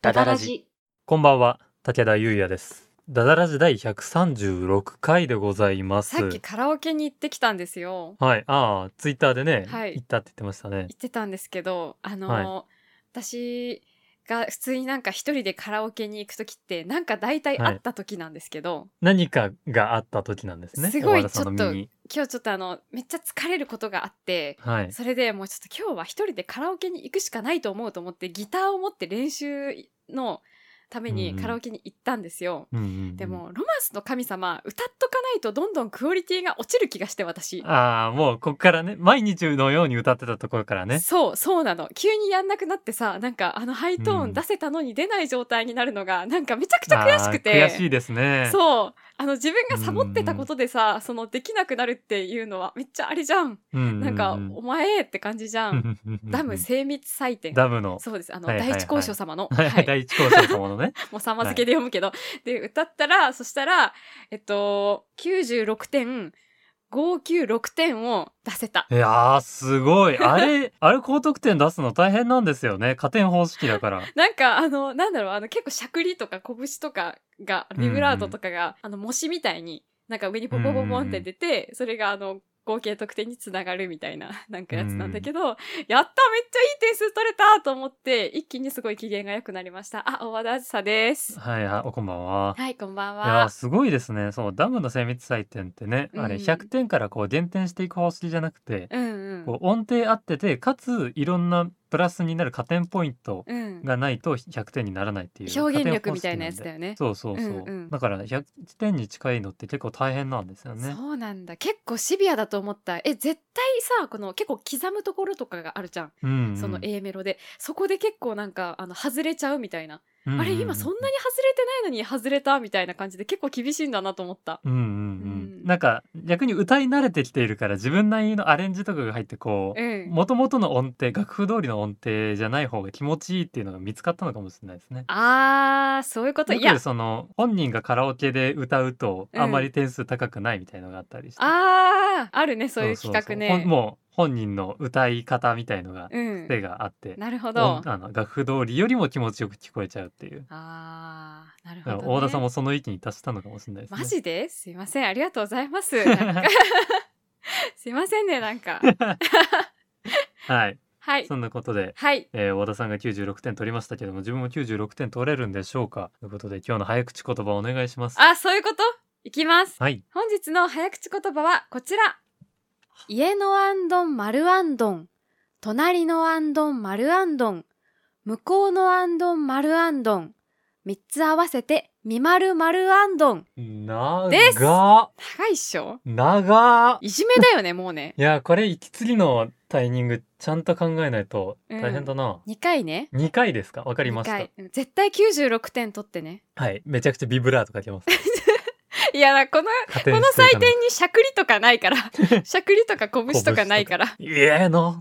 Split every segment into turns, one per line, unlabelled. ダダラジ。
こんばんは、武田優也です。ダダラジ第136回でございます。
さっきカラオケに行ってきたんですよ。
はい、ああ、ツイッターでね、
はい
行ったって言ってましたね
行。ってたんですけど、あの、
は
私が普通になんか一人でカラオケに行くときって、なんか大体
はい
会ったときなんですけど、
何かがあった時なんですね。
すごい
小原さんの身に
今日ちょっとあの、めっちゃ疲れることがあって、
はい。
それでもうちょっと今日は一人でカラオケに行くしかないと思うと思って、ギターを持って練習のため
う
に
んうん
カラオケに行ったんですよ。
うんうんうん
で。も、ロマンスの神様、歌っとかないとどんどんクオリティが落ちる気がして、私。
ああ、もうこっからね、毎日のように歌ってたところからね。
そう、そうなの。急にやんなくなってさ、なんかあのハイトー
うん
ン出せたのに出ない状態になるのが、なんかめちゃくちゃ悔しく
あ
て。
あ悔しいですね。う。
そう。あの自分がサボってたことでさ、そのできなくなるっていうのはめっちゃあれじゃん。
ん
なんか、お前って感じじゃん。ダム精密採点。
ダムの。
そうです。あの、
はいはいはい
第一交渉様の。
はい、第一校舎様の ね。
もうさんま付けで読むけど。で、歌ったら、そしたら、えっと、96点、596点を出せた。
いやー、すごい。あれ、あれ高得点出すの大変なんですよね。加点方式だから。
なんかあのなんだろうあの結構しゃくりとか拳とかがビブラートとかが、あの模試みたいになんか上にポンポンポンポンって出て、それがあの合計得点につながるみたいな なんかやつなんだけど、やっためっちゃいい点数取れたと思って一気にすごい機嫌が良くなりましたあ大和田あずさです
はい、あこんばんは。
はいこんばん
いやー
は
すごいですねそうダムの精密採点ってね、あれ
うん
100点からこう減点していく方式じゃなくて、
うんう
こ
ん
う音程合っててかついろんなプラスになる加点ポイント
うん
がないと100点にならないっていう
表現力
加点方式んで
みたいなやつだよね
そうそうそう、
うんうん
だから100点に近いのって結構大変なんですよね
そうなんだ結構シビアだと思ったえ絶対さこの結構刻むところとかがあるじゃん
うんうん、
その A メロでそこで結構なんかあの外れちゃうみたいな、
うんうんうん、
あれ今そんなに外れてないのに外れたみたいな感じで結構厳しいんだなと思った
うんうんう
うんん
なんか逆に歌い慣れてきているから自分なりのアレンジとかが入ってこう
うん
もともとの音程楽譜通りの音程じゃない方が気持ちいいっていうのが見つかったのかもしれないですね。
あーそういうことい
よ
や
くその本人がカラオケで歌うと
うん
あんまり点数高くないみたいのがあったりして、
あーあるねそういう
そ
企
そ
画ね
ほんもう本人の歌い方みたいのが
うん
手があって、
なるほ
音
ど
あの楽譜通りよりも気持ちよく聞こえちゃうっていう。
あーなるほ
だ
ど、
か
ね、
ら大田さんもその域に達したのかもしれないですね。
マ ジですいませんありがとうございますなんかすいませんねなんか
はい、
は い
そんなことで、
はい
えー、和田さんが96点取りましたけども自分も96点取れるんでしょうかということで今日の早口言葉お願いします。
あそういうこといきます
はい
本日の早口言葉はこちら。家のあんどん丸あんどん、隣のあんどん丸あんどん、向こうのあんどん丸あんどん、三つ合わせてみまる丸あんどん。
長
です
長
長いっしょ
長
いじめだよね、もうね。
いやこれ息継ぎのタイミングちゃんと考えないと大変だな、
2回ね。
二2回ですかわかりま
2
した
回。うん絶対96点取ってね。
はいめちゃくちゃビブラートかけます
いやな、この、
加
こ
点
の
していか
採
ない
点にしゃくりとかない から。しゃくりとか拳とかないから。
いえ の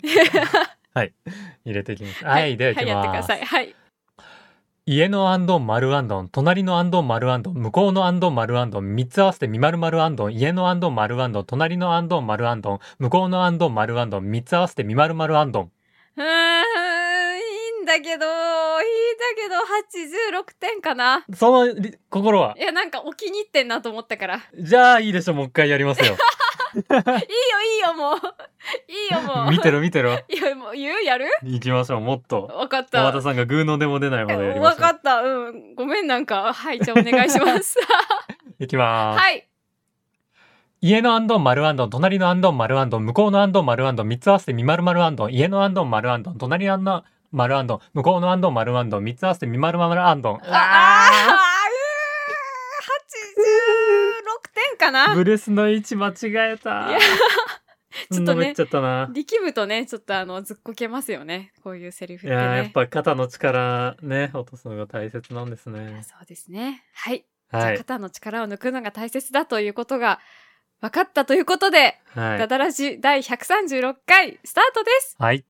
はい入れていきますはい、では行
は
き
い、やってく
ま
だ
す、
さい。はい。
家のアンドン丸アンドン隣のアンドン丸アンドン向こうのアンドン丸アンドン三つ合わせてみまる丸アンドン家のアンドン丸アンドン隣のアンドン丸アンドン向こうのアンドン丸アンドン三つ合わせてみまる丸アンドン
うーん、いいんだけど、いいんだけど、86点かな。
そのり心はい
や、なんかお気に入ってんなと思っ たから。いい
じゃあいいでしょもう一回やりますよ
よ、いいよ、もう。いいよ、 も う。
見てろ見てろ
いや、もう言うやる
行きましょうもっと
わかっ
小
た。
和田さんがグーのでも出ないまでやりま
わ
しょ
か
う
った。うん。ごめん、なんか。はい、じゃあお願い します。
行きます、
はい。
家のアンドン丸アンドン隣のアンドン丸アンドン向こうのアンドン丸アンドン三つ合わせてみまる丸アンドン家のアンドン丸アンドン隣のアンドン丸アンドン向こうのアンドン丸アンドン三つ合わせてみまる丸アンドン
ああー、うー86点かな。
ブレスの位置間違えた
いや
ちょっとめっちゃったな、
力むとね、ちょっとあの、ずっこけますよね。こういうセリフ
い
って
やーやっ
ね。
ぱ肩の力ね落とすのが大切なんですね
そうですね。はい。じ
は
ゃあ
い
肩の力を抜くのが大切だということが分かったということで、
は
ダ
い
ダラジ第136回スタートです。
はい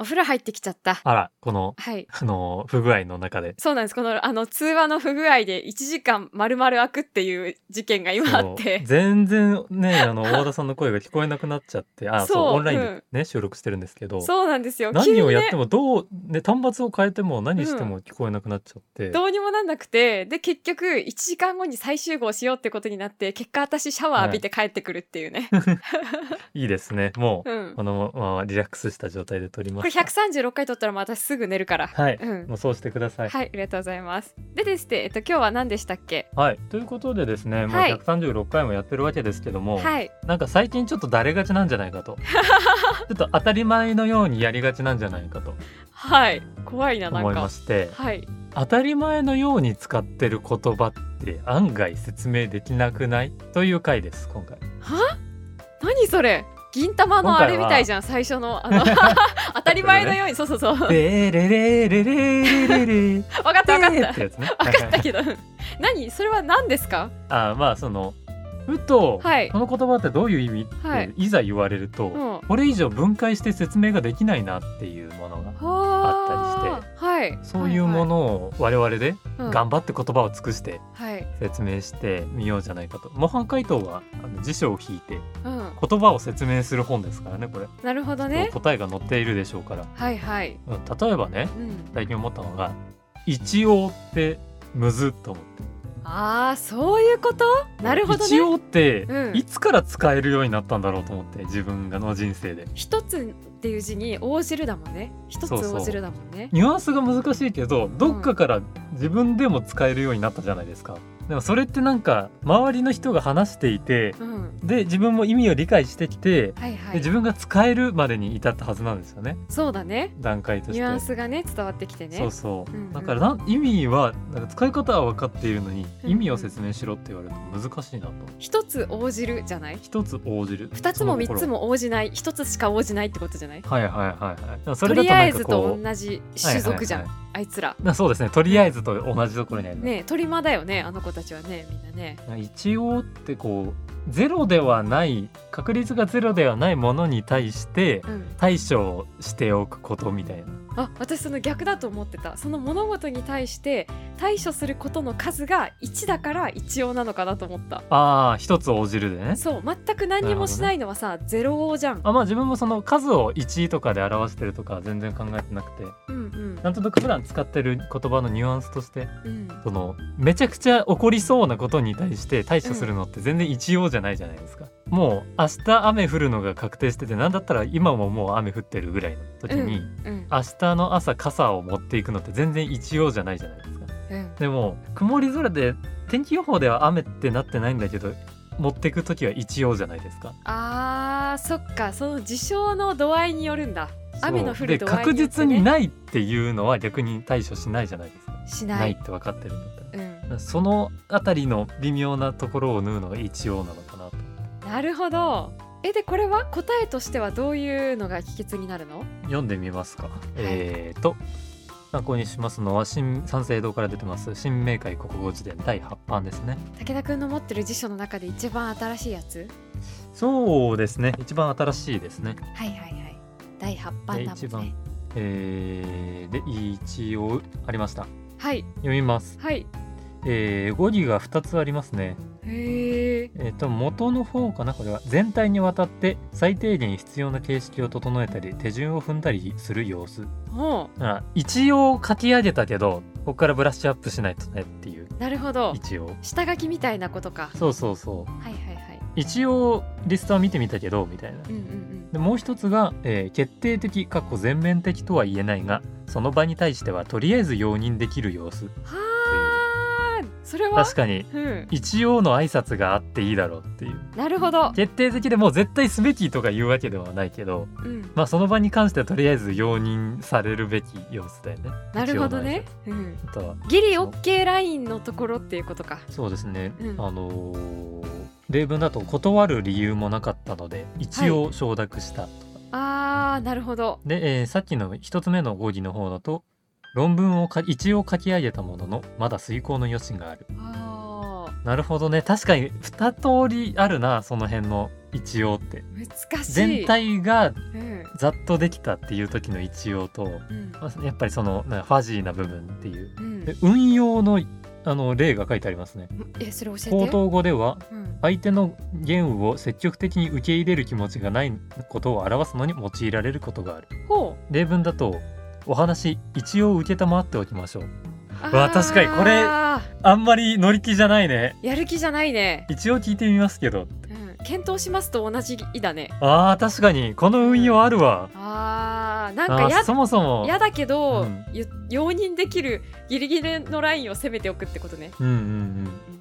お風呂入ってきちゃった。
あら、この、
はい。
あの、不具合の中で。
そうなんです。この、あの、通話の不具合で1時間丸々開くっていう事件が今あっ
そう
て。
全然ね、あの、大田さんの声が聞こえなくなっちゃって、あ、そう、
そう
オンライン
う
で
ん
ね、収録してるんですけど、
そうなんですよ。
何をやっ
急にね
てもどう、ね、端末を変えても何しても聞こえなくなっちゃって、
どうにもなんなくて、で、結局、1時間後に再集合しようってことになって、結果私シャワー浴びて帰ってくるっていうね。
いいですね。も う、
うん。
このままリラックスした状態で撮り
こ
ま
れ
した。
136回撮ったらもう私すぐ寝るから。
はい。
うん。
もうそうしてください。
はい、ありがとうございます。でですね、えっと、今日は何でしたっけ
はい、ということでですね、もう
はい
136回もやってるわけですけども、
はい。
なんか最近ちょっとだれがちなんじゃない かとちょっと当たり前のようにやりがちなんじゃないかと
はい。怖いな、なん
思い
か
ま。して
はい。
当たり前のように使ってる言葉って案外説明できなくないという回です今回
何それ銀玉のあれみたいじゃん、最初の。あの 当たり前のよ うに、そうそうそう。分
でれれれれれれれ
かった分かっ
で
た
っ。てやつね
分かったけど。 何それは何ですか
あまあそのふと、
はい
この言葉ってどういう意味って、
はい
い、ざ言われると、
うん。
これ以上分解して説明ができないなっていうものがあっ
あ
た
りして。はい。
そういうものを我々で
はいはい。
頑張って言葉を尽くして
うんはい。
説明してみようじゃないかと模範解答はあの辞書を引いて
うん。
言葉を説明する本ですからねこれ、
なるほどね。
答えが載っているでしょうから、
はいはい。
うん、例えばね
うん。
最近思ったのが「一応」ってむずっと思って
ああ、そういうことなるほど
一
ね。
応って、
うん
いつから使えるようになったんだろうと思って自分がの人生で
一つっていう字に応じるだもんね。一つ
そうそう
応じるだもんね。
ニュアンスが難しいけどどっかから自分でも使えるようになったじゃないですか、でもそれってなんか周りの人が話していて
うん。
で自分も意味を理解してきて、
はいは
で
い
自。分が使えるまでに至ったはずなんですよね
そうだね。
段階として
ニュアンスがね伝わってきてね。
そうそう、
うんうん
だからなん意味はなんか使い方は分かっているのに、
うん
意味を説明しろって言われると難しいなと
一つ応じるじゃない
一つ応じる
二つも三つ
も
も応じない一つしか応じないってことじゃない
はいはいはいはいだからそ
と
れだ
り
と
あ
な
え
んか
ず
ことう
同じ種族じゃん、
はいはい
あいつら
なそうですねとりあえずと同じところにあります、
ねえ鳥間だよねあの子たちはねみんなね
一応ってこうゼロではない確率がゼロではないものに対して
うん
対処しておくことみたいな
あ私その逆だと思ってたその物事に対して対処することの数が1だから一応なのかなと思った
ああ一つ応じるでね
そう全く何にもしないのはさ、ゼロじゃん
あまあ自分もその数を1とかで表してるとかは全然考えてなくて
うんうん
なんとなく普段使ってる言葉のニュアンスとして
うん
そのめちゃくちゃ起こりそうなことに対して対処するのって全然一様じゃないじゃないですか、もう明日雨降るのが確定しててなんだったら今ももう雨降ってるぐらいの時
うん
に、
うん
明日の朝傘を持っていくのって全然一様じゃないじゃないですか
うん
でも曇り空で天気予報では雨ってなってないんだけど持ってく時は一様じゃないですか
あーそっかその事象の度合いによるんだ雨の降る
そ
度
うで
合い
確
によって
実
ね
にないっていうのは逆に対処しないじゃないですか、
し
ない
ないい
って分かってるんだったら
うん
そのあたりの微妙なところを縫うのが一応なのかなと
なるほど。えでこれは答えとしてはどういうのが秘訣になるの？
読んでみますか、えーと参考にしますのは新三省堂から出てます新明解国語辞典第8版ですね
武田くんの持ってる辞書の中で一番新しいやつ？
そうですね一番新しいですね
はいはいはい。第八版だ
で一
もんね
番。えーで一応ありました
はい
読みます、
はい。
えー語義が2つありますね
へえ。
えっと元の方かなこれは全体にわたって最低限必要な形式を整えたり手順を踏んだりする様子
お
あ一応書き上げたけどここからブラッシュアップしないとねっていう
うなるほど。
一応
下書きみたいなことか。
そうそうそう
はいはいはい。
一応リストは見てみたけどみたいな
うんうん
でもう一つが、えー決定的かっこ全面的とは言えないがその場に対してはとりあえず容認できる様子
うん。はあ。それは。
確かに
うん。
一応の挨拶があっていいだろうっていう
なるほど。
決定的でもう絶対すべきとか言うわけではないけど
うん。
まあその場に関してはとりあえず容認されるべき様子だよね
なるほど
一応の挨
ね
拶。
うん。
あとは
ギリオッケーラインのところっていうことか。
そうですね、
うん
あのー例文だと断る理由もなかったので一応承諾したとか、
ああなるほど。
で、えーさっきの一つ目の語義の方だと論文をか一応書き上げたもののまだ遂行の余地がある
ああ。
なるほどね確かに二通りあるなその辺の一応って
難しい
全、体が
うん
ざっとできたっていう時の一応と、
うん
まあやっぱりそのなファジーな部分っていう
うん
で運用のあの例が書いてありますね
えそれ教えて
口頭語では
うん
相手の言語を積極的に受け入れる気持ちがないことを表すのに用いられることがある
ほう
例文だとお話一応受けたまっておきましょう
あー
わ確かにこれあんまり乗り気じゃないね
やる気じゃないね、
一応聞いてみますけど
うん、検討しますと同じ意だね
あー確かにこの運用あるわ、
あーなん
あ
か
ー
や
そもそも
やだけど、
うん
ゆ容認できるギリギリのラインを攻めておくってことね、
うんうん
うんうん
うん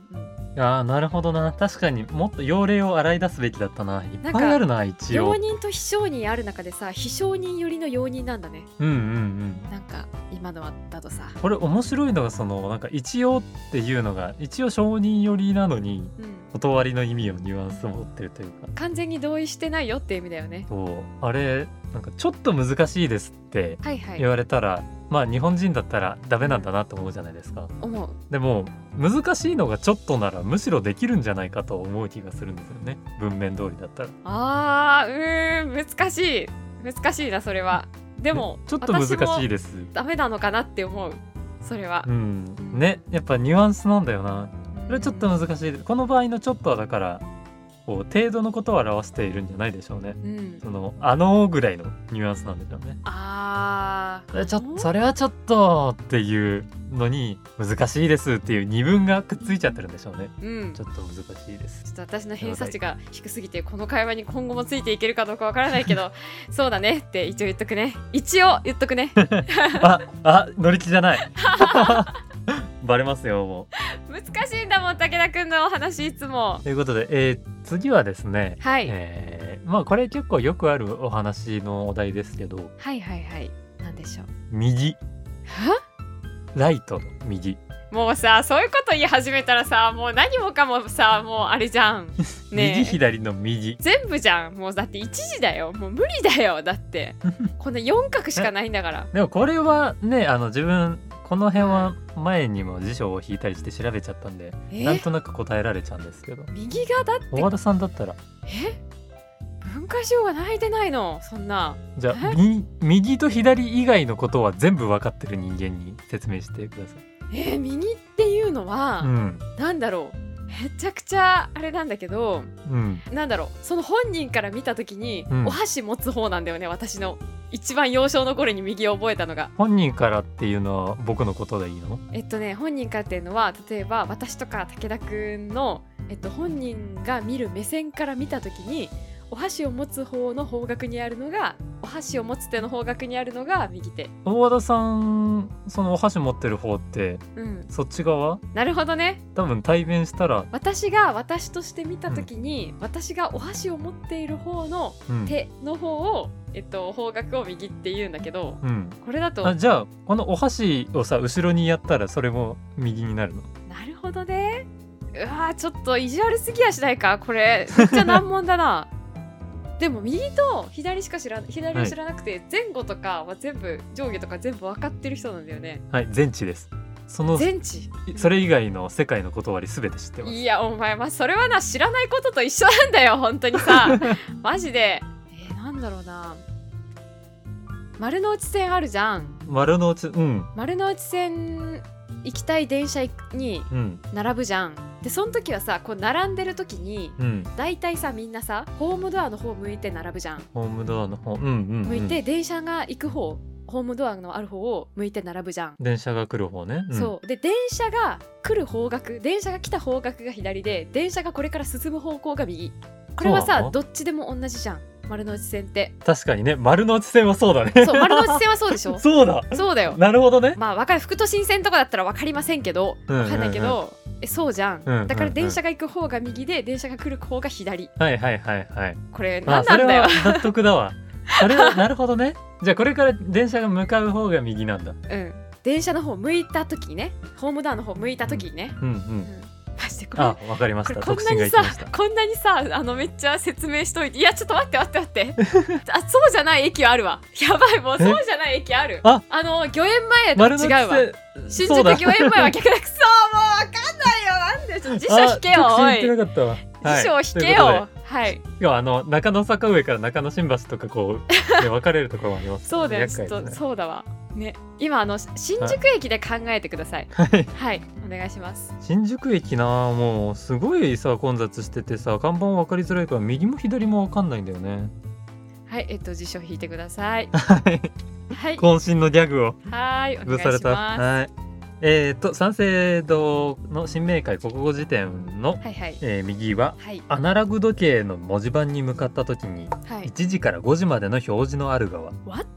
あーなるほどな確かにもっと要領を洗い出すべきだったないっ
なん
ぱい
か
あるな一
容
応
認と非承認ある中でさ非承認寄りの容認なんだね
うんうんうん
なんか今のはだとさ、
これ面白いのがそのなんか一応っていうのが一応承認寄りなのに
うん、
断りの意味をニュアンスを持ってるというか
完全に同意してないよって意味だよね
そうあれなんかちょっと難しいですって
はいはい
言われたら、まあ日本人だったらダメなんだなと思うじゃないですか
思う
でも難しいのがちょっとならむしろできるんじゃないかと思う気がするんですよね文面通りだったら
あーうーん難しい難しいなそれはでも
ねちょっと難しい
で
です
ダメなのかなって思うそれは
うんねやっぱニュアンスなんだよなこれちょっと難しいですこの場合のちょっとはだからこう程度のことを表しているんじゃないでしょうね
うん
そのあのぐらいのニュアンスなんですよね。
あ
それちょっと
ん
それはちょっとっていうのに難しいですっていう二文がくっついちゃってるんでしょうね。
ーうん
ちょっと難しい です。
ちょっと私の偏差値が低すぎてこの会話に今後もついていけるかどうかわからない けどそうだねって一応言っとくね一応言っとくね
ああ乗り気じゃない。 バレますよも
難しいんだもん武田くんのお話いつも
う。ということで、えー次はですね、
はい、
えーまあこれ結構よくあるお話のお題ですけど
はいはいはいなんでしょう
右
は
ライトの右。
もうさそういうこと言い始めたらさもう何もかもさもうあれじゃ んね
右
え
左の右。
全部じゃんもうだって1時だよもう無理だよ だってこんな4角しかないんだから
でもこれはねあの自分この辺は前にも辞書を引いたりして調べちゃったんで、
え
なんとなく答えられちゃうんですけど
右がだ
小
って
和田さんだったら
え文化賞が泣いてないのそんな
じゃあ
え
み右と左以外のことは全部分かってる人間に説明してください。
えー、右っていうのは、
うん
なんだろうめちゃくちゃあれなんだけど
うん、
なんだろうその本人から見た時に、
うん
お箸持つ方なんだよね私の一番幼少の頃に右を覚えたのが
本人からっていうのは僕のことでいいの
えっとね本人からっていうのは例えば私とか武田くんの、えっと、本人が見る目線から見た時にお箸を持つ方の方角にあるのがお箸を持つ手の方角にあるのが右手
小和田さんそのお箸持ってる方って
うん
そっち側
なるほどね
多分対面したら、
私が私として見た時に、私がお箸を持っている方の
うん
手の方を、えっと、方角を右って言うんだけど
うん、
これだと
あじゃあこのお箸をさ後ろにやったらそれも右になるの
なるほどねうわーちょっと意地悪すぎやしないかこれめっちゃ難問だな でも右と左しか知ら左を知らなくて、前後とかは全部上下とか全部分かってる人なんだよね
はい、全知です。その
全知
それ以外の世界の断りすべて知ってます。
いやお前まあそれはな知らないことと一緒なんだ よ本当にさマジでえー、なんだろうな丸の内線あるじゃん
丸の内、うん、
丸の内線行きたい電車に
うん、
並ぶじゃんでその時はさこう並んでる時に
うん。
大体さみんなさホームドアの方向いて並ぶじゃん
ホームドアの方、うん、うん、うん。
向いて、電車が行く方ホームドアのある方を向いて並ぶじゃん、
電車が来る方ね。うん、
そうで電車が来る方角電車が来た方角が左で電車がこれから進む方向が右これは
そうな
さ
の
どっちでも同じじゃん丸の内線って
確かにね、丸の内線はそうだね。
そう丸の内線はそうでしょ
そうだ。
そうだよ
なるほどね。
まあ若い副都心線とかだったら分かりませんけど
うんうんうん
分かんないけど、えそうじゃん、
うんうんうん
だから電車が行く方が右で電車が来る方が左
はい、はい、はい、はい。
これ
まあ、
何
そ
な
れ
んだよ
は 納得だわ。それはなるほどね。じゃあ、これから電車が向かう方が右なんだ。
うん、電車の方向いた時にねホームドアの方向いた時にね、
うん、う
うん
ん。
マジでこれ
あ、わかりま
こ
し
れ
た。
こ
特
んな
進が
に
行きま
さ
した。
こんなにさあのめっちゃ説明しといていやちょっと待って待って待っ てあそうじゃない駅あるわやばいもう
え
そうじゃない駅ある
あ
の御苑前と違うわ
線
新
そう
宿
だ
御苑前は逆だくそもうわかんないよなんでちょっと辞書引け
あ
よお
特進行って
い
なかったわはい
辞書を引け
ということで
よはい、はい
要はあの中野坂上から中野新橋とかこう、ね、分かれるところもあります
そうだよ、
ね厄
ちょっ
介
と
ですね
そうだわね今あのし新宿駅で考えてください
はい
はいお願いします
新宿駅なもうすごいさ混雑しててさ看板分かりづらいから右も左も分かんないんだよね
はいえっと辞書引いてください
はい
はいは
渾身のギャグを
ーいお
ぶっ
願
さ
い
れ
したま
はいえー、と三省堂の新明解国語辞典の、
すはいはい
えー右は
はい
アナラグ時計の文字盤に向かった時に
はい
1時から5時までの表示のある側
What?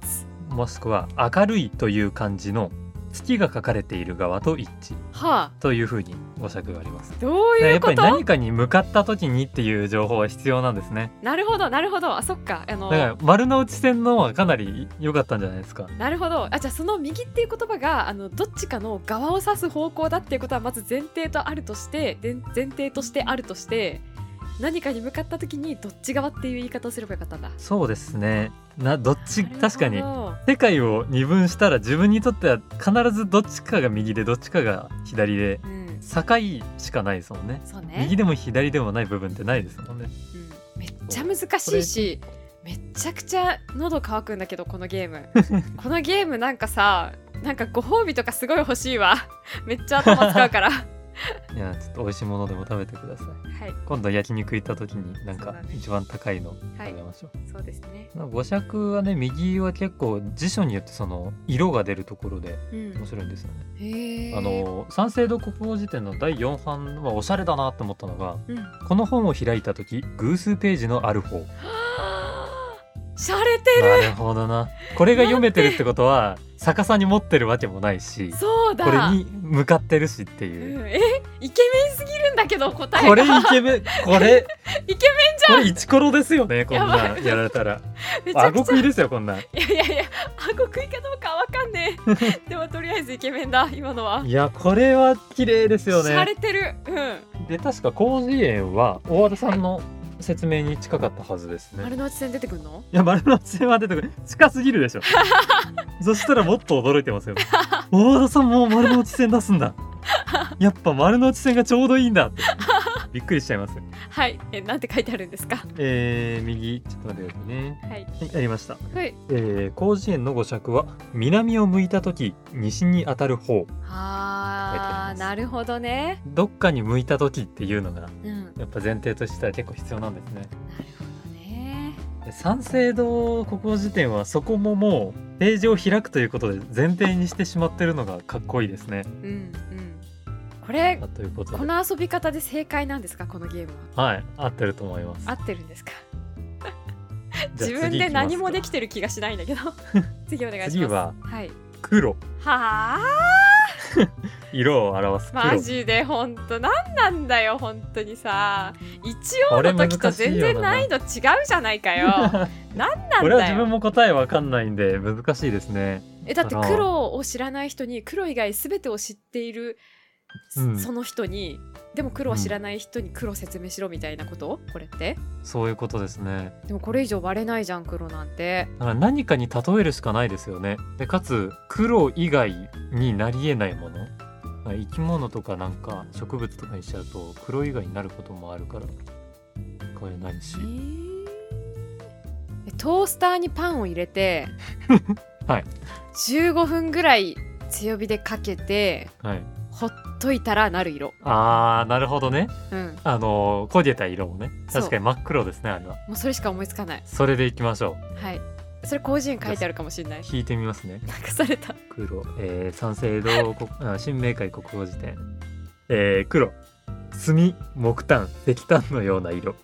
もしくは明るいという漢字の月が書かれている側と一致
はあ
というふうに語釈があります
どう
や
い
っ
う
ぱ
こ
り
と
何かに向かった時にっていう情報は必要なんですね
なるほどなるほどあそっかあ
だ
の
から丸の内線の方がかなり良かったんじゃないですか
なるほどあじゃあその右っていう言葉があのどっちかの側を指す方向だっていうことはまず前提とあるとしてで前提としてあるとして何かに向かった時にどっち側っていう言い方をすればよかったんだ
そうですねなどっち
なるほど
確かに世界を二分したら自分にとっては必ずどっちかが右でどっちかが左で
う
境
ん
しかないですもんね
そうね
右でも左でもない部分ってないですもんね
うんめっちゃ難しいしめっちゃくちゃ喉乾くんだけどこのゲ ームこのゲームなんかさなんかご褒美とかすごい欲しいわ めっちゃ頭使うからはい
やちょっと美味しいものでも食べてください今度焼肉行った時になん
そう
か
だね
一番高いの
いは
食
い
べましょう、
そうですね
五尺はね右は結構辞書によってその色が出るところで
うん
面白いんですよね、
へえ
あの三省堂国語辞典の第4版はおしゃれだなと思ったのが
うん
この本を開いた時偶数ページのある方
しゃれて
なるほどなこれが読めてるってことは逆さに持ってるわけもないし
るそうだ
これに向かってるしっていう、
うんえイケメンすぎるんだけど答えが
これイケメンこれ
イケメ
これイチコロですよねこん
や
な
ばい
やられたら
ン めちゃ
顎
くちゃ
食いですよこんなん
いやいやいや顎食いかどうかわかんね えでもとりあえずイケメンだ今のはい
やこれは綺麗ですよ
しゃ
ね
れてるうん
で確か広辞苑は大和田さんの説明に近かったはずですね
丸の内線出てくんの
いや丸の内線は出てくる近すぎるでしょそしたらもっと驚いてますよ大和田さんも丸の内線出すんだやっぱ丸の内線がちょうどいいんだってびっくりしちゃいますよ
はいえなんて書いてあるんですか
えー、右ちょっと待ってくださいね
はい
はいやりました
はい
えー、広辞苑の語釈は南を向いた時西に当たる方
あーなるほどね
どっかに向いた時っていうのが
うんなる
やっぱ前提としては結構必要なんですね
ほどね
で三省堂国語辞典はそこももうページを開くということで前提にしてしまってるのがかっこいいですね
うんうんこれ
あということ
こ
で
の遊び方で正解なんですかこのゲームは
はい合ってると思います
合ってるんですか
じゃあ
自分で何もでき
次行きますか
てる気がしないんだけど 次お願いします
次はい黒
はあ
色を表す黒
マジでほんと何なんだよほんとにさ一応の時と全然
これ
難
難し
易
い
度違うじゃないか よ何なん
これは
だ
自分
よ
も答えわかんないんで難しいですね
えだって黒を知らない人に黒以外全てを知っているそ
うん
その人に、でも黒は知らない人に黒説明しろみたいなことこれって
そういうことですね
でもこれ以上割れないじゃん黒なんて
だから何かに例えるしかないですよねでかつ黒以外になりえないものまあ生き物とかなんか植物とかにしちゃうと黒以外になることもあるからこれないし
えトースターにパンを入れて、
はい
15分ぐらい強火でかけて
はい
ほっといたらなる色、
あーなるほどね
うん、
あのー焦げた色もね
そう
確かに真っ黒ですねあれは
もうそれしか思いつかない
それでいきましょ
はいそれ広辞苑書いてあるかもしれないう
引いてみますね
隠された
黒、えー、三省堂国あ新明解国語辞典、えー、黒炭木炭石炭のような色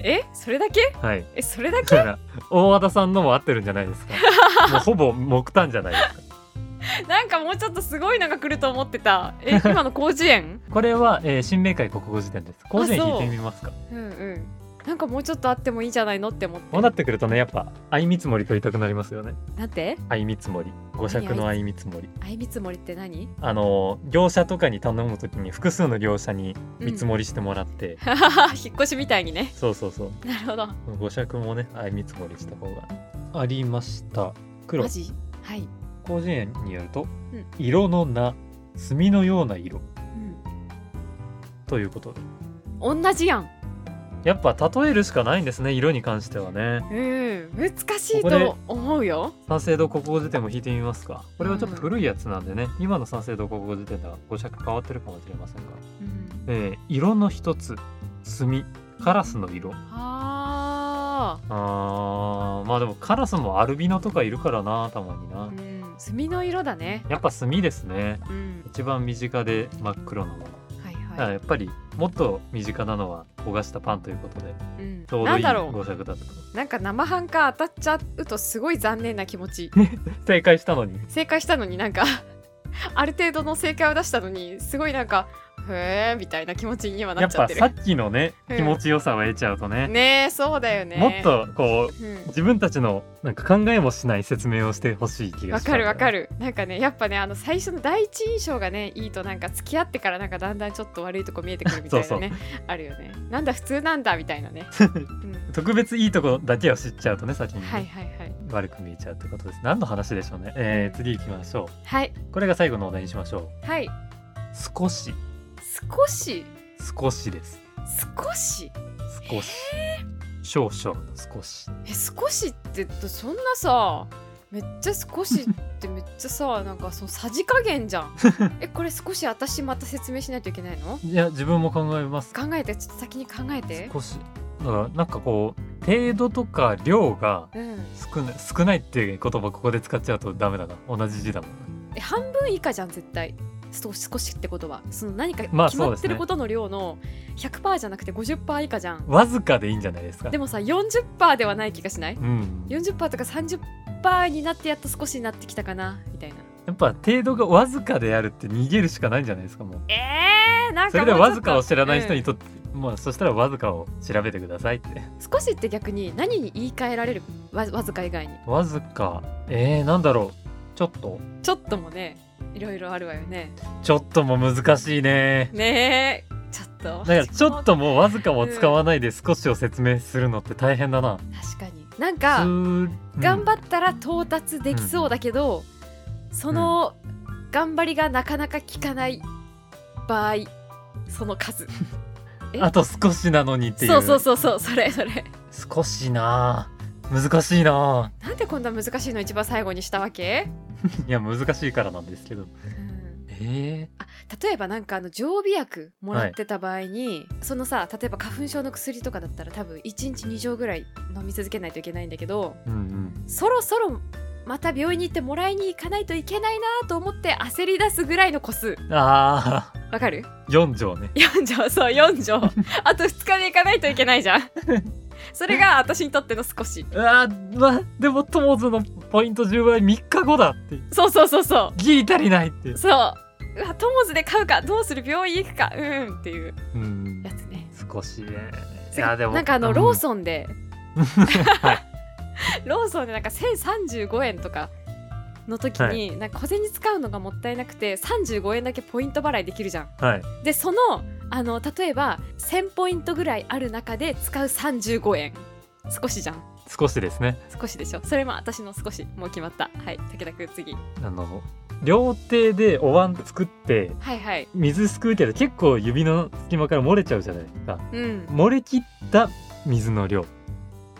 えそれだけ
はい
えそれだ
だ
け
から大和田さんのも合ってるんじゃないです かもうほぼ木炭じゃないですか
なんかもうちょっとすごいのが来ると思ってた え今の広辞苑
これは、えー、新明解国語辞典です広辞
あ
典
そう
引いてみますか
うんうんなんかもうちょっとあってもいいんじゃないのって思って
こうなってくるとねやっぱ相見積もり取りたくなりますよね
なんて
相見積もり五尺の相見積もり
相見積もりって 何
あのー業者とかに頼むときに複数の業者に見積もりしてもらって、
引っ越しみたいにね
そうそうそう
なるほど
五尺もね相見積もりした方がありました黒
マジはい、
広辞苑によると、
うん
色の名墨のような色
う
ということで
ん、同じやん
やっぱ例えるしかないんですね色に関してはね
うん難しいと思うよ
三省堂国語辞典も引いてみますかこれはちょっと古いやつなんでね、今の三省堂国語辞典では語尺変わってるかもしれませんが、
うん
えー色の一つ墨カラスの色
あ
あーまあでもカラスもアルビノとかいるからなたまに
ー
な
うん墨の色だね
やっぱ墨ですね
うん
一番身近で真っ黒のもの
はい
だから
は
やっぱりもっと身近なのは焦がしたパンということで
い、うん
ちょうど
ないん
い
だろ
語尺だったと
うなんか生半可当たっちゃうとすごい残念な気持ち
正解したのに
正解したのになんか ある程度の正解を出したのにすごいなんかへえみたいな気持ちにはな
や
っ
っ
ちゃ
ぱ
ってる
さっきのね
うん
気持ちよさを得ちゃうとね、
ねえそうだよね
もっとこう
うん
自分たちのなんか考えもしない説明をしてほしい気が
わ
し
かるわか
る
るなんかねやっぱねあの最初の第一印象がねいいとなんか付き合ってからなんかだんだんちょっと悪いとこ見えてくるみ たいなねあるよねなんだ普通なんだみたいなね、うん、
特別いいとこだけを知っちゃうとね先にね、
はいはいはい
悪く見えちゃうってことです何の話でしょうね、えー、次行きましょ
はい、
うこれが最後のお題にしましょ
はい、
う少し
少し
少しです
少し
少し少々の少し
え少しってそんなさめっちゃ少しってめっち ゃさなんかそのさじ加減じゃんえこれ少し私また説明しないといけないの
いや自分も考えます
考えてちょっと先に考えて
少しだからなんかこう程度とか量が
うん
少ない少ないっていう言葉ここで使っちゃうとダメだな同じ字だもん
え半分以下じゃん絶対そう少しってことはその何か決
ま
ま
あそう
っ
です
て
ね
ることの量の100%じゃなくて50%以下じゃん、
わずかでいいんじゃないですか
でもさ40%ではない気がしない
うん、や
40%とか30%になってやっと少しになってきたかなみたいな
っぱ程度がわずかであるって逃げるしかないんじゃないですかもう
えー、なん
そ
か
れ
もうち
で
ょっと
わずかを知らない人
うん
にとって、まあそしたらわずかを調べてくださいって
少しって逆に何に言い換えられるわわずか以外に
わずかえー、なんだろうちょっと
ちょっともねいろいろあるわよね
ちょっとも難しいね
ねえちょっと
だからちょっともうわずかも使わないで少しを説明するのって大変だな、
確かになんか頑
っ
張ったら到達できそうだけど、その頑張りがなかなか効かない場合その数 え
あと少しなのにっていう
そうそうそうそうそれそれ
少しなあ難しいな
なんでこんな難しいの一番最後にしたわけ、
あいや難しいからなんですけど
うん
え
あ例えばなんかあの常備薬もらってた場合に、そのさ例えば花粉症の薬とかだったら多分1日2錠ぐらい飲み続けないといけないんだけど
ー、うん
そろそろまた病院に行ってもらいに行かないといけないなと思って焦り出すぐらいの個数
うんああ
わかる
4条ね
4畳そう4畳あと2日で行かないといけないじゃんそれが私にとっての少し
うわーまあでもトモズのポイント10倍3日後だって
そうそうそうそ
ギリ足りないって
うそううわトモズで買うかどうする病院行くかうんっていう
うん
やつね
少しねいやでも
なんかあのロー
ン、
ソンで、
は
ローソンでなんか1035円とかの時に、
は
なんか小銭使うのがもったいなくて35円だけポイント払いできるじゃん
はい、
でそのあの例えば1000ポイントぐらいある中で使う35円少しじゃん
少しですね
少しでしょそれも私の少しもう決まったはい武田君次
あの料亭でお椀作って
はいはい
水すくうけど結構指の隙間から漏れちゃうじゃないですか
うん
漏れきった水の量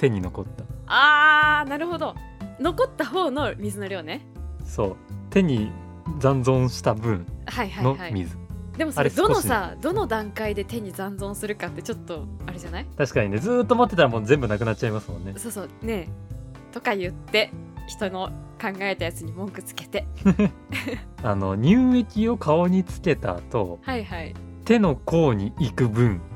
手に残った
あーなるほど残った方の水の量ね
そう手に残存した分
はいはい
の
は
水、
いでもそ
あ
れ
れ
どの
少しね
さどの段階で手に残存するかってちょっとあれじゃない
確かにねずーっと待ってたらもう全部なくなっちゃいますもんね
そうそうねえとか言って人の考えたやつに文句つけて
あの乳液を顔につけた後
はいはい
手の甲に行く分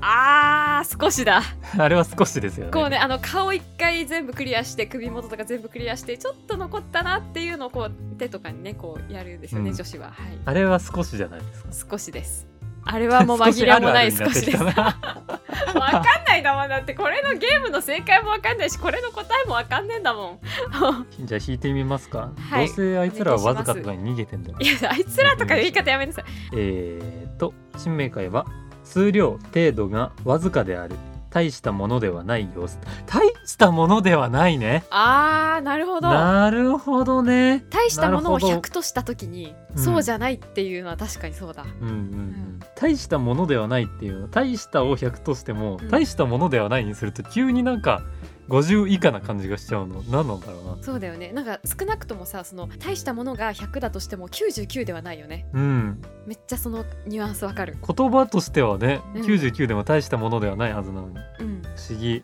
あー少しだ
あれは少しですよね
こうねあの顔一回全部クリアして首元とか全部クリアしてちょっと残ったなっていうのをこう手とかにねこうやるんですよね、
うん
女子ははい
あれは少しじゃないですか
少しですあれはもう紛れもない少しですわ
な
かんないだもんだってこれのゲームの正解もわかんないしこれの答えもわかんねえんだもん
じゃあ引いてみますか、
はい
どうせあいつらはわずかとかに逃げてんだよ
いやあいつらとかいう言い方やめなさい
えー、と新明解は数量程度がわずかである大したものではない様子大したものではないね
あーなるほど
なるほどね
大したものを
なるほど
100とした時に
うん
そうじゃないっていうのは確かにそうだ、
うんうんうん大したものではないっていう大したを100としても
うん
大したものではないにすると急になんか50以下な感じがしちゃうの何なんだろうな
そうだよねなんか少なくともさその大したものが100だとしても99ではないよね
うん
めっちゃそのニュアンスわかる
言葉としてはね
うん
99でも大したものではないはずなのに
うん
不思議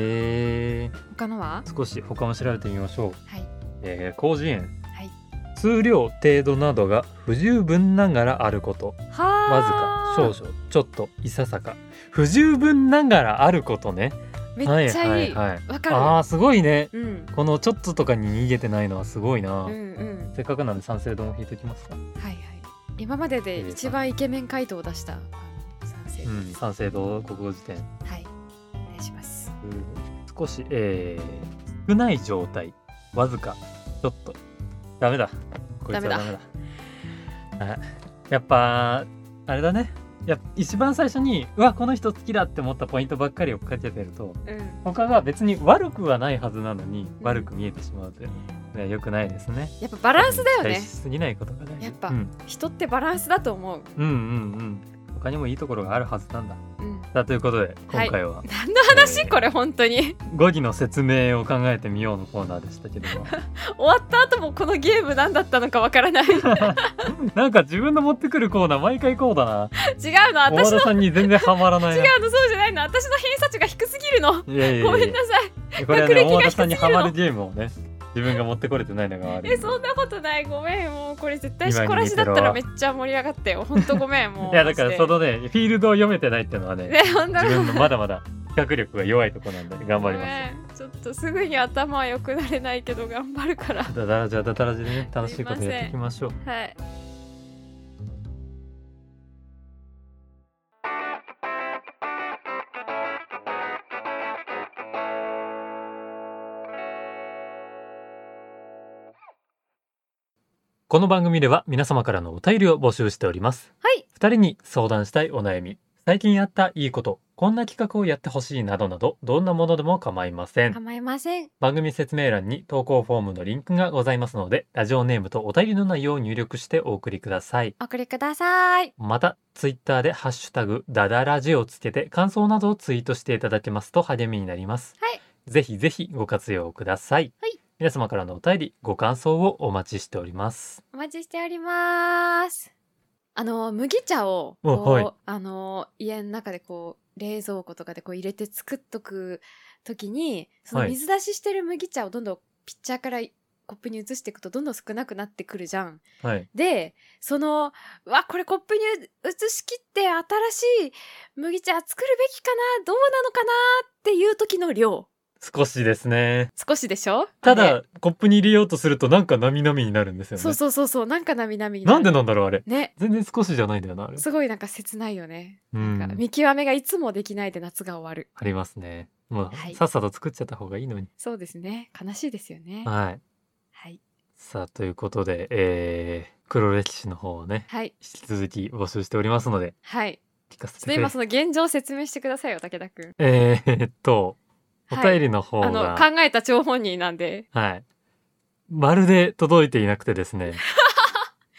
え
他のは
ー、少し他も調べてみましょう
はい
えー、広辞苑、
はい
数量程度などが不十分ながらあること
は
わずか
あ
少々ちょっといささか不十分ながらあることね
めっちゃいいわ、
はいはいはい、
かる
あーすごいね
うん
このちょっととかに逃げてないのはすごいな、
うんうん
せっかくなんで三成丼を引いときますか
はいはい今までで一番イケメン回答を出したあの賛成、
うん三成堂国語辞典
はいお願いします
少しえー、少ない状態わずかちょっとダメだこいつはダメだ
ダメ
あやっぱあれだねやっぱ一番最初にうわこの人好きだって思ったポイントばっかり追っかけてると
うん
他が別に悪くはないはずなのに悪く見えてしまうというね良くないですね
やっぱバランスだよ
期待
ね
しすぎないことが大事
やっぱ
うん、
人ってバランスだと思う
うんうんうん他にもいいところがあるはずなんだ
うん
さあということで
は
今
い
回は、
何の話、
えー
これ本当に
語義の説明を考えてみようのコーナーでしたけども
終わった後もこのゲーム何だったのか わからない違う
なんか自分の持ってくるコーナー毎回こうだな。
の
小和
私の
田さんに全然ハマらない
違
な。
うのそうじゃないの私の偏差値が低すぎるの
いやいやいや
ごめんなさい
これは
学
ね、
歴
大
が
和
低
田
す
さ
ぎる
ん
の
にハマるゲームをね、自分が持ってこれてないのが悪い。
えそんなことないごめんもうこれ絶対しこらしだったらめっちゃ盛り上がってよほんとごめんも う
いやだからそ
マ
のね、フィールドを読めてないっていうのは
ジ
ね、
でねほんと
自分のまだまだ 企画力が弱いとこなんで頑張ります。
すちょっとすぐに頭は良くなれないけど頑張るから
だだらじゃだだらじでね、楽しいことやっていきましょう。
はい
この番組では皆様からのお便りを募集しております。
はい。
二人に相談したいお悩み、最近やったいいこと、こんな企画をやってほしいなどなど、どんなものでも構いません。
構いません
番組説明欄に投稿フォームのリンクがございますので、ラジオネームとお便りの内容を入力してお送りください。
お送りください
また、ツイッターでハッシュタグ、ダダラジをつけて感想などをツイートしていただけますと励みになります。
はい
ぜひぜひご活用ください。
はい
皆様からのお便り、ご感想をお待ちしております。
お待ちしております。あの麦茶を
お
こう、
はい
あの家の中でこう冷蔵庫とかでこう入れて作っとく時にその
はい
水出ししてる麦茶をどんどんピッチャーからコップに移していくとどんどん少なくなってくるじゃん。
はい。
でそのうわこれコップに移しきって新しい麦茶作るべきかなどうなのかなっていう時の量
少しですね。
少しでしょ
た
あれ
だ、コップに入れようとするとなんかなみなみになるんですよね。
そうそうそうそうなんかなみなみに
なんで
の
なんだろう、あれ。
ね
全然少しじゃないんだよな、あれ。
すごいなんか切ないよね。
うん
なんか見極めがいつもできないで夏が終わる。
ありますね。もう、
はい
さっさと作っちゃった方がいいのに。
そうですね。悲しいですよね。
はい。
はい。
さあということで、えー、黒歴史の方をね
はい。
引き続き募集しておりますので
はい。
聞かせ
ち
て
ょっと
くだ
今
さ
そ
い
の現状を説明してくださいよ、武田くん。
えー、っとお
はい
便りの方
あ
が、
の、
はい
考えた張本人なんで、
まるで届いてい なくてですね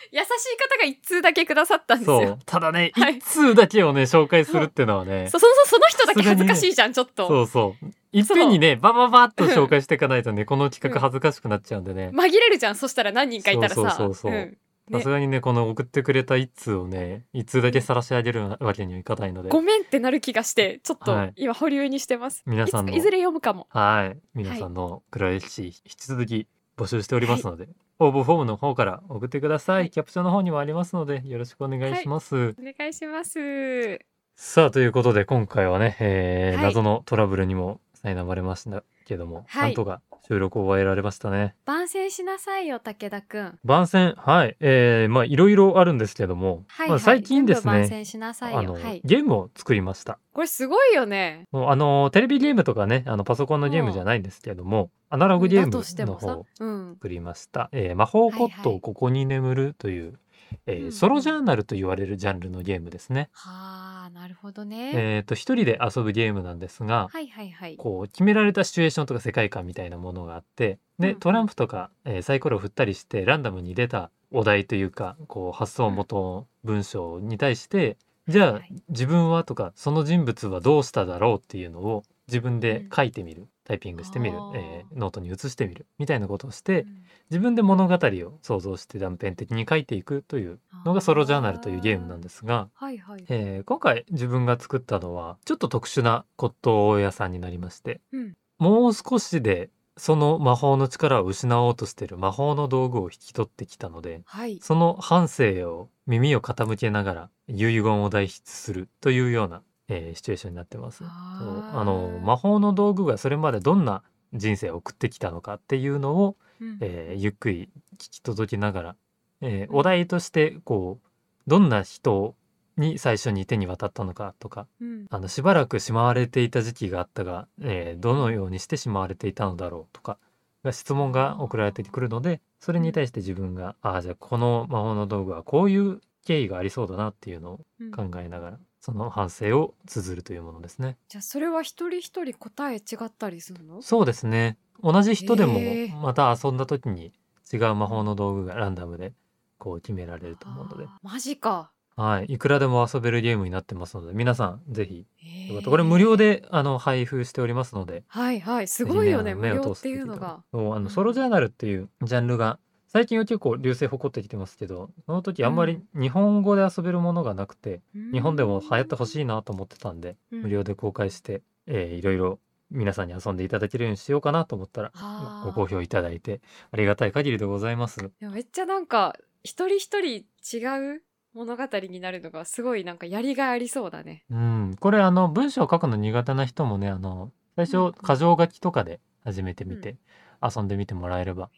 優しい方が一通だけくださったんです
そ
よ
う。ただね、
はい
一通だけをね紹介するっていうのは ね
そそのその人だけ恥ずかしいじゃん、ちょっと。
そうそういっぺんにねバババッと紹介していかないと ねこの企画恥ずかしくなっちゃうんでね
紛れるじゃん、そしたら何人かいたらさ。
そうそうそうそうんさすがにねこの送ってくれた一通をね一通だけ晒し上げるわけにはいかないので
ごめんってなる気がして、ちょっと
はい
今保留にしてます。
皆さんの
いつかいずれ読むかも。
はい。皆さんの黒歴史、引き続き募集しておりますので、応募フォームの方から送ってください。
はい
キャプチョンの方にもありますので、よろしくお願いします。
お願いします。
さあ、ということで、今回はね、えー
はい
謎のトラブルにも苛まれましたけども、
はい
なんとか収録を終えられましたね。
番宣しなさいよ、武田くん。
番宣、はい。えー、まあ、いろいろあるんですけども、
はい、
ま
は
あ、
い。
最近です
全部番
ね、
宣しなさい
あの、
よ。はい。
ゲームを作りました。
これすごいよね。
もうあの、テレビゲームとかね、あの、パソコンのゲームじゃないんですけども、アナログゲーム
だとして
の
も
方
さ、うん、
作りました、えー魔法コット
はいは
ー
い
ここに眠るというえー
うん
ソロジャーナルと言われるジャンルのゲームですね。
はあ、なるほどね。
えーと一人で遊ぶゲームなんですが、
はいはいはい。
こう決められたシチュエーションとか世界観みたいなものがあって
うん
で
うん
トランプとか、えーサイコロを振ったりしてランダムに出たお題というかこう発想元文章に対してじゃあ
はい
自分はとかその人物はどうしただろうっていうのを自分で書いてみるタイピングしてみる
あー、
えーノートに写してみるみたいなことをし
う
て
ん
自分で物語を想像して断片的に書いていくというのがソロジャーナルというゲームなんですが。
はいはい。
えー今回自分が作ったのはちょっと特殊な骨董屋さんになりまして、
うん
もう少しでその魔法の力を失おうとしている魔法の道具を引き取ってきたので
はい。
その半生を耳を傾けながら遺言を代筆するというような、えーシチュエーションになってます。そう
あー
あの魔法の道具がそれまでどんな人生を送ってきたのかっていうのを
うん
えーゆっくり聞き届きながら、えーお題としてこうどんな人に最初に手に渡ったのかとか
うん
あのしばらくしまわれていた時期があったが、えーどのようにしてしまわれていたのだろうとかが質問が送られてくるのでそれに対して自分が、ああじゃあこの魔法の道具はこういう経緯がありそうだなっていうのを
うん
考えながらその反省を綴るというものですね。
じゃあそれは一人一人答え違ったりするの
そうですね同じ人でも
へえ
また遊んだ時に違う魔法の道具がランダムでこう決められると思うので、
あーマジか。
はい、いくらでも遊べるゲームになってますので皆さんぜひ
へー
よかったこれ無料。であの配布しておりますので
はいはい。すごいよね。
ぜ
無
ひ
料
あの
っていうのが。
そうあ
うん
のソロジャーナルっていうジャンルが最近は結構流星誇ってきてますけどその時あんまり日本語で遊べるものがなくて、日本でも流行ってほ
い。
しいなと思ってたんで、
うん
無料で公開して、えーいろいろ皆さんに遊んでいただけるようにしようかなと思ったら
あー
ご好評いただいてありがたい限りでございます。
いやめっちゃなんか一人一人違う物語になるのがすごいなんかやりがいありそうだね。
うん、これあの文章を書くの苦手な人もねあの最
うんうん
初箇条書きとかで始めてみ
う
て遊んでみてもらえれば
こ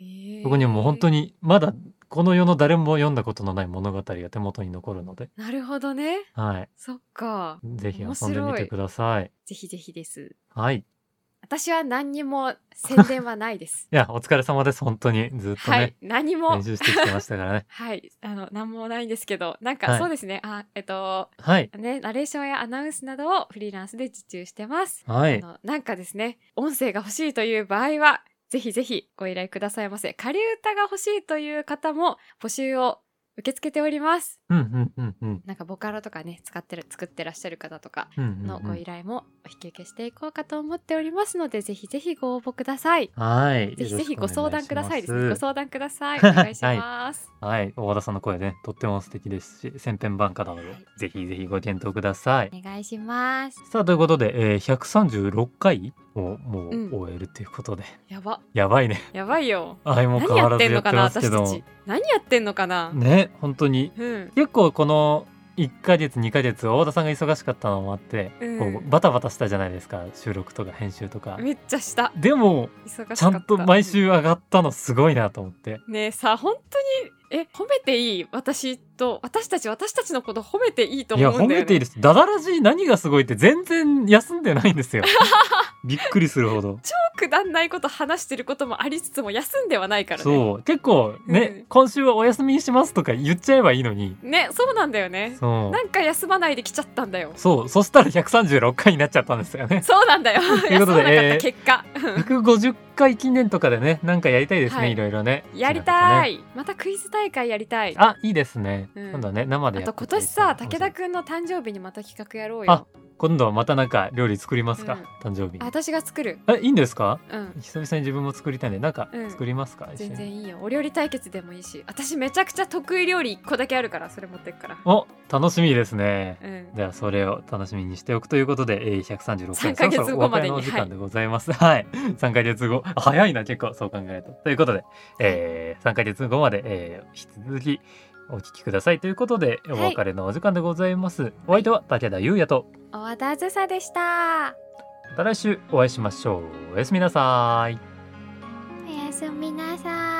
僕にはもう本当
に。
にまだこの世の誰も読んだことのない物語が手元に残るので、
なるほどね。
はい、
そっか。
ぜひ遊
面
んでみ
白
て
い
ください。
ぜひぜひです。
はい、い
私は何にも宣伝はないです。
やお疲れ様です本当に ずっとね、
はい。何も。
練。習してきてましたからね
はい。あの、何もないんですけど、なん
は
か
い
そうですね。あ、えっと、
はい、
ね、ナレーションやアナウンスなどをフリーランスで受注してます。
は
あ
い、
のなんかですね、音声が欲しいという場合は、ぜひぜひご依頼くださいませ。仮歌が欲しいという方も募集を受け付けております。
うんうんうんうん
なんかボカロとかね、使ってる、作ってらっしゃる方とか
うんうん
の
う
ご
ん
依頼もお引き受けしていこうかと思っておりますので、ぜひぜひご応募ください。
はい、
ぜひぜひ
よろ
ご
しくお
相
願
談くださいですね。
し
ご
ます
相談ください。お願いします。
はい、大和田さんの声ね、とっても素敵ですし、千編万化なので、ぜひぜひご検討ください。
お願いします。
さあ、ということで、えー、136回をも
うん
う終えるということで、
やば。
やばいね。
やばいよ。
はい、もう
何
変わ
や
ら
っ
ず
てん
や
の
っ
か
て
な、
ますけ
私た
ど
ち。何やってんのかな。
ね、本当に。
うん。
結構この1ヶ月、2ヶ月、大和田さんが忙しかったのもあって、
うん
こうバタバタしたじゃないですか、収録とか編集とか。
めっちゃした。
でも、
忙しかった。
ちゃんと毎週上がったのすごいなと思って。
ねえさ本当にえ褒めていい私と私たち私たちのこと褒めていいと
いや
思う
褒
んだよ、ね、
めているしダダラジー何がすごいって全然休んでないんです よびっくりするほど、
くだんないこと話してることもありつつも休んではないからね
そう結構ね、
うん
今週はお休みにしますとか言っちゃえばいいのに
ねそうなんだよね
そう
なんか休まないで来ちゃったんだよ
そうそしたら136回になっちゃったんですよね
そうなんだよ
ということで
休まなかった
えー
結果、
150回記念とかでねなんかやりたいですね、
はい
い、ろいろね
やりた
い
いまたクイズ大会やりたいあ
あいいですね、
うん
今度はね生でや
と
って
今
たり
年
したら
さ武田くんの誕生日にまた企画やろうよ
あ今度はまたなんか料理作りますか、誕生日
あ
に
私が作る
えいいんですか
うん
久々に自分も作りたいんでなんか
うん
作りますか、一緒に
全然いいよお料理対決でもいいし私めちゃくちゃ得意料理1個だけあるからそれ持ってくから
お楽しみですね
うん
じゃあそれを楽しみにしておくということで、えー、136回
3ヶ月
そろ
後までに
そろお別れのお時間でございます。 はい、3ヶ月後あ早いな結構そう考えると。ということで、えー、3ヶ月後まで、えー、引き続きお聞きくださいということでお
い
別れのお時間でございます。お相手は武田優也と
おわたずさでした。
また来週お会いしましょう。おやすみなさい。
おやすみなさい。